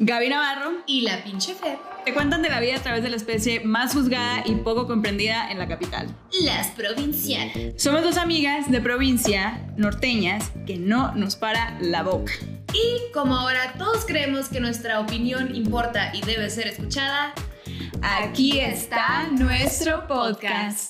Gaby Navarro y la pinche Fred. te cuentan de la vida a través de la especie más juzgada y poco comprendida en la capital. Las provincianas. Somos dos amigas de provincia, norteñas, que no nos para la boca. Y como ahora todos creemos que nuestra opinión importa y debe ser escuchada, Aquí está nuestro podcast.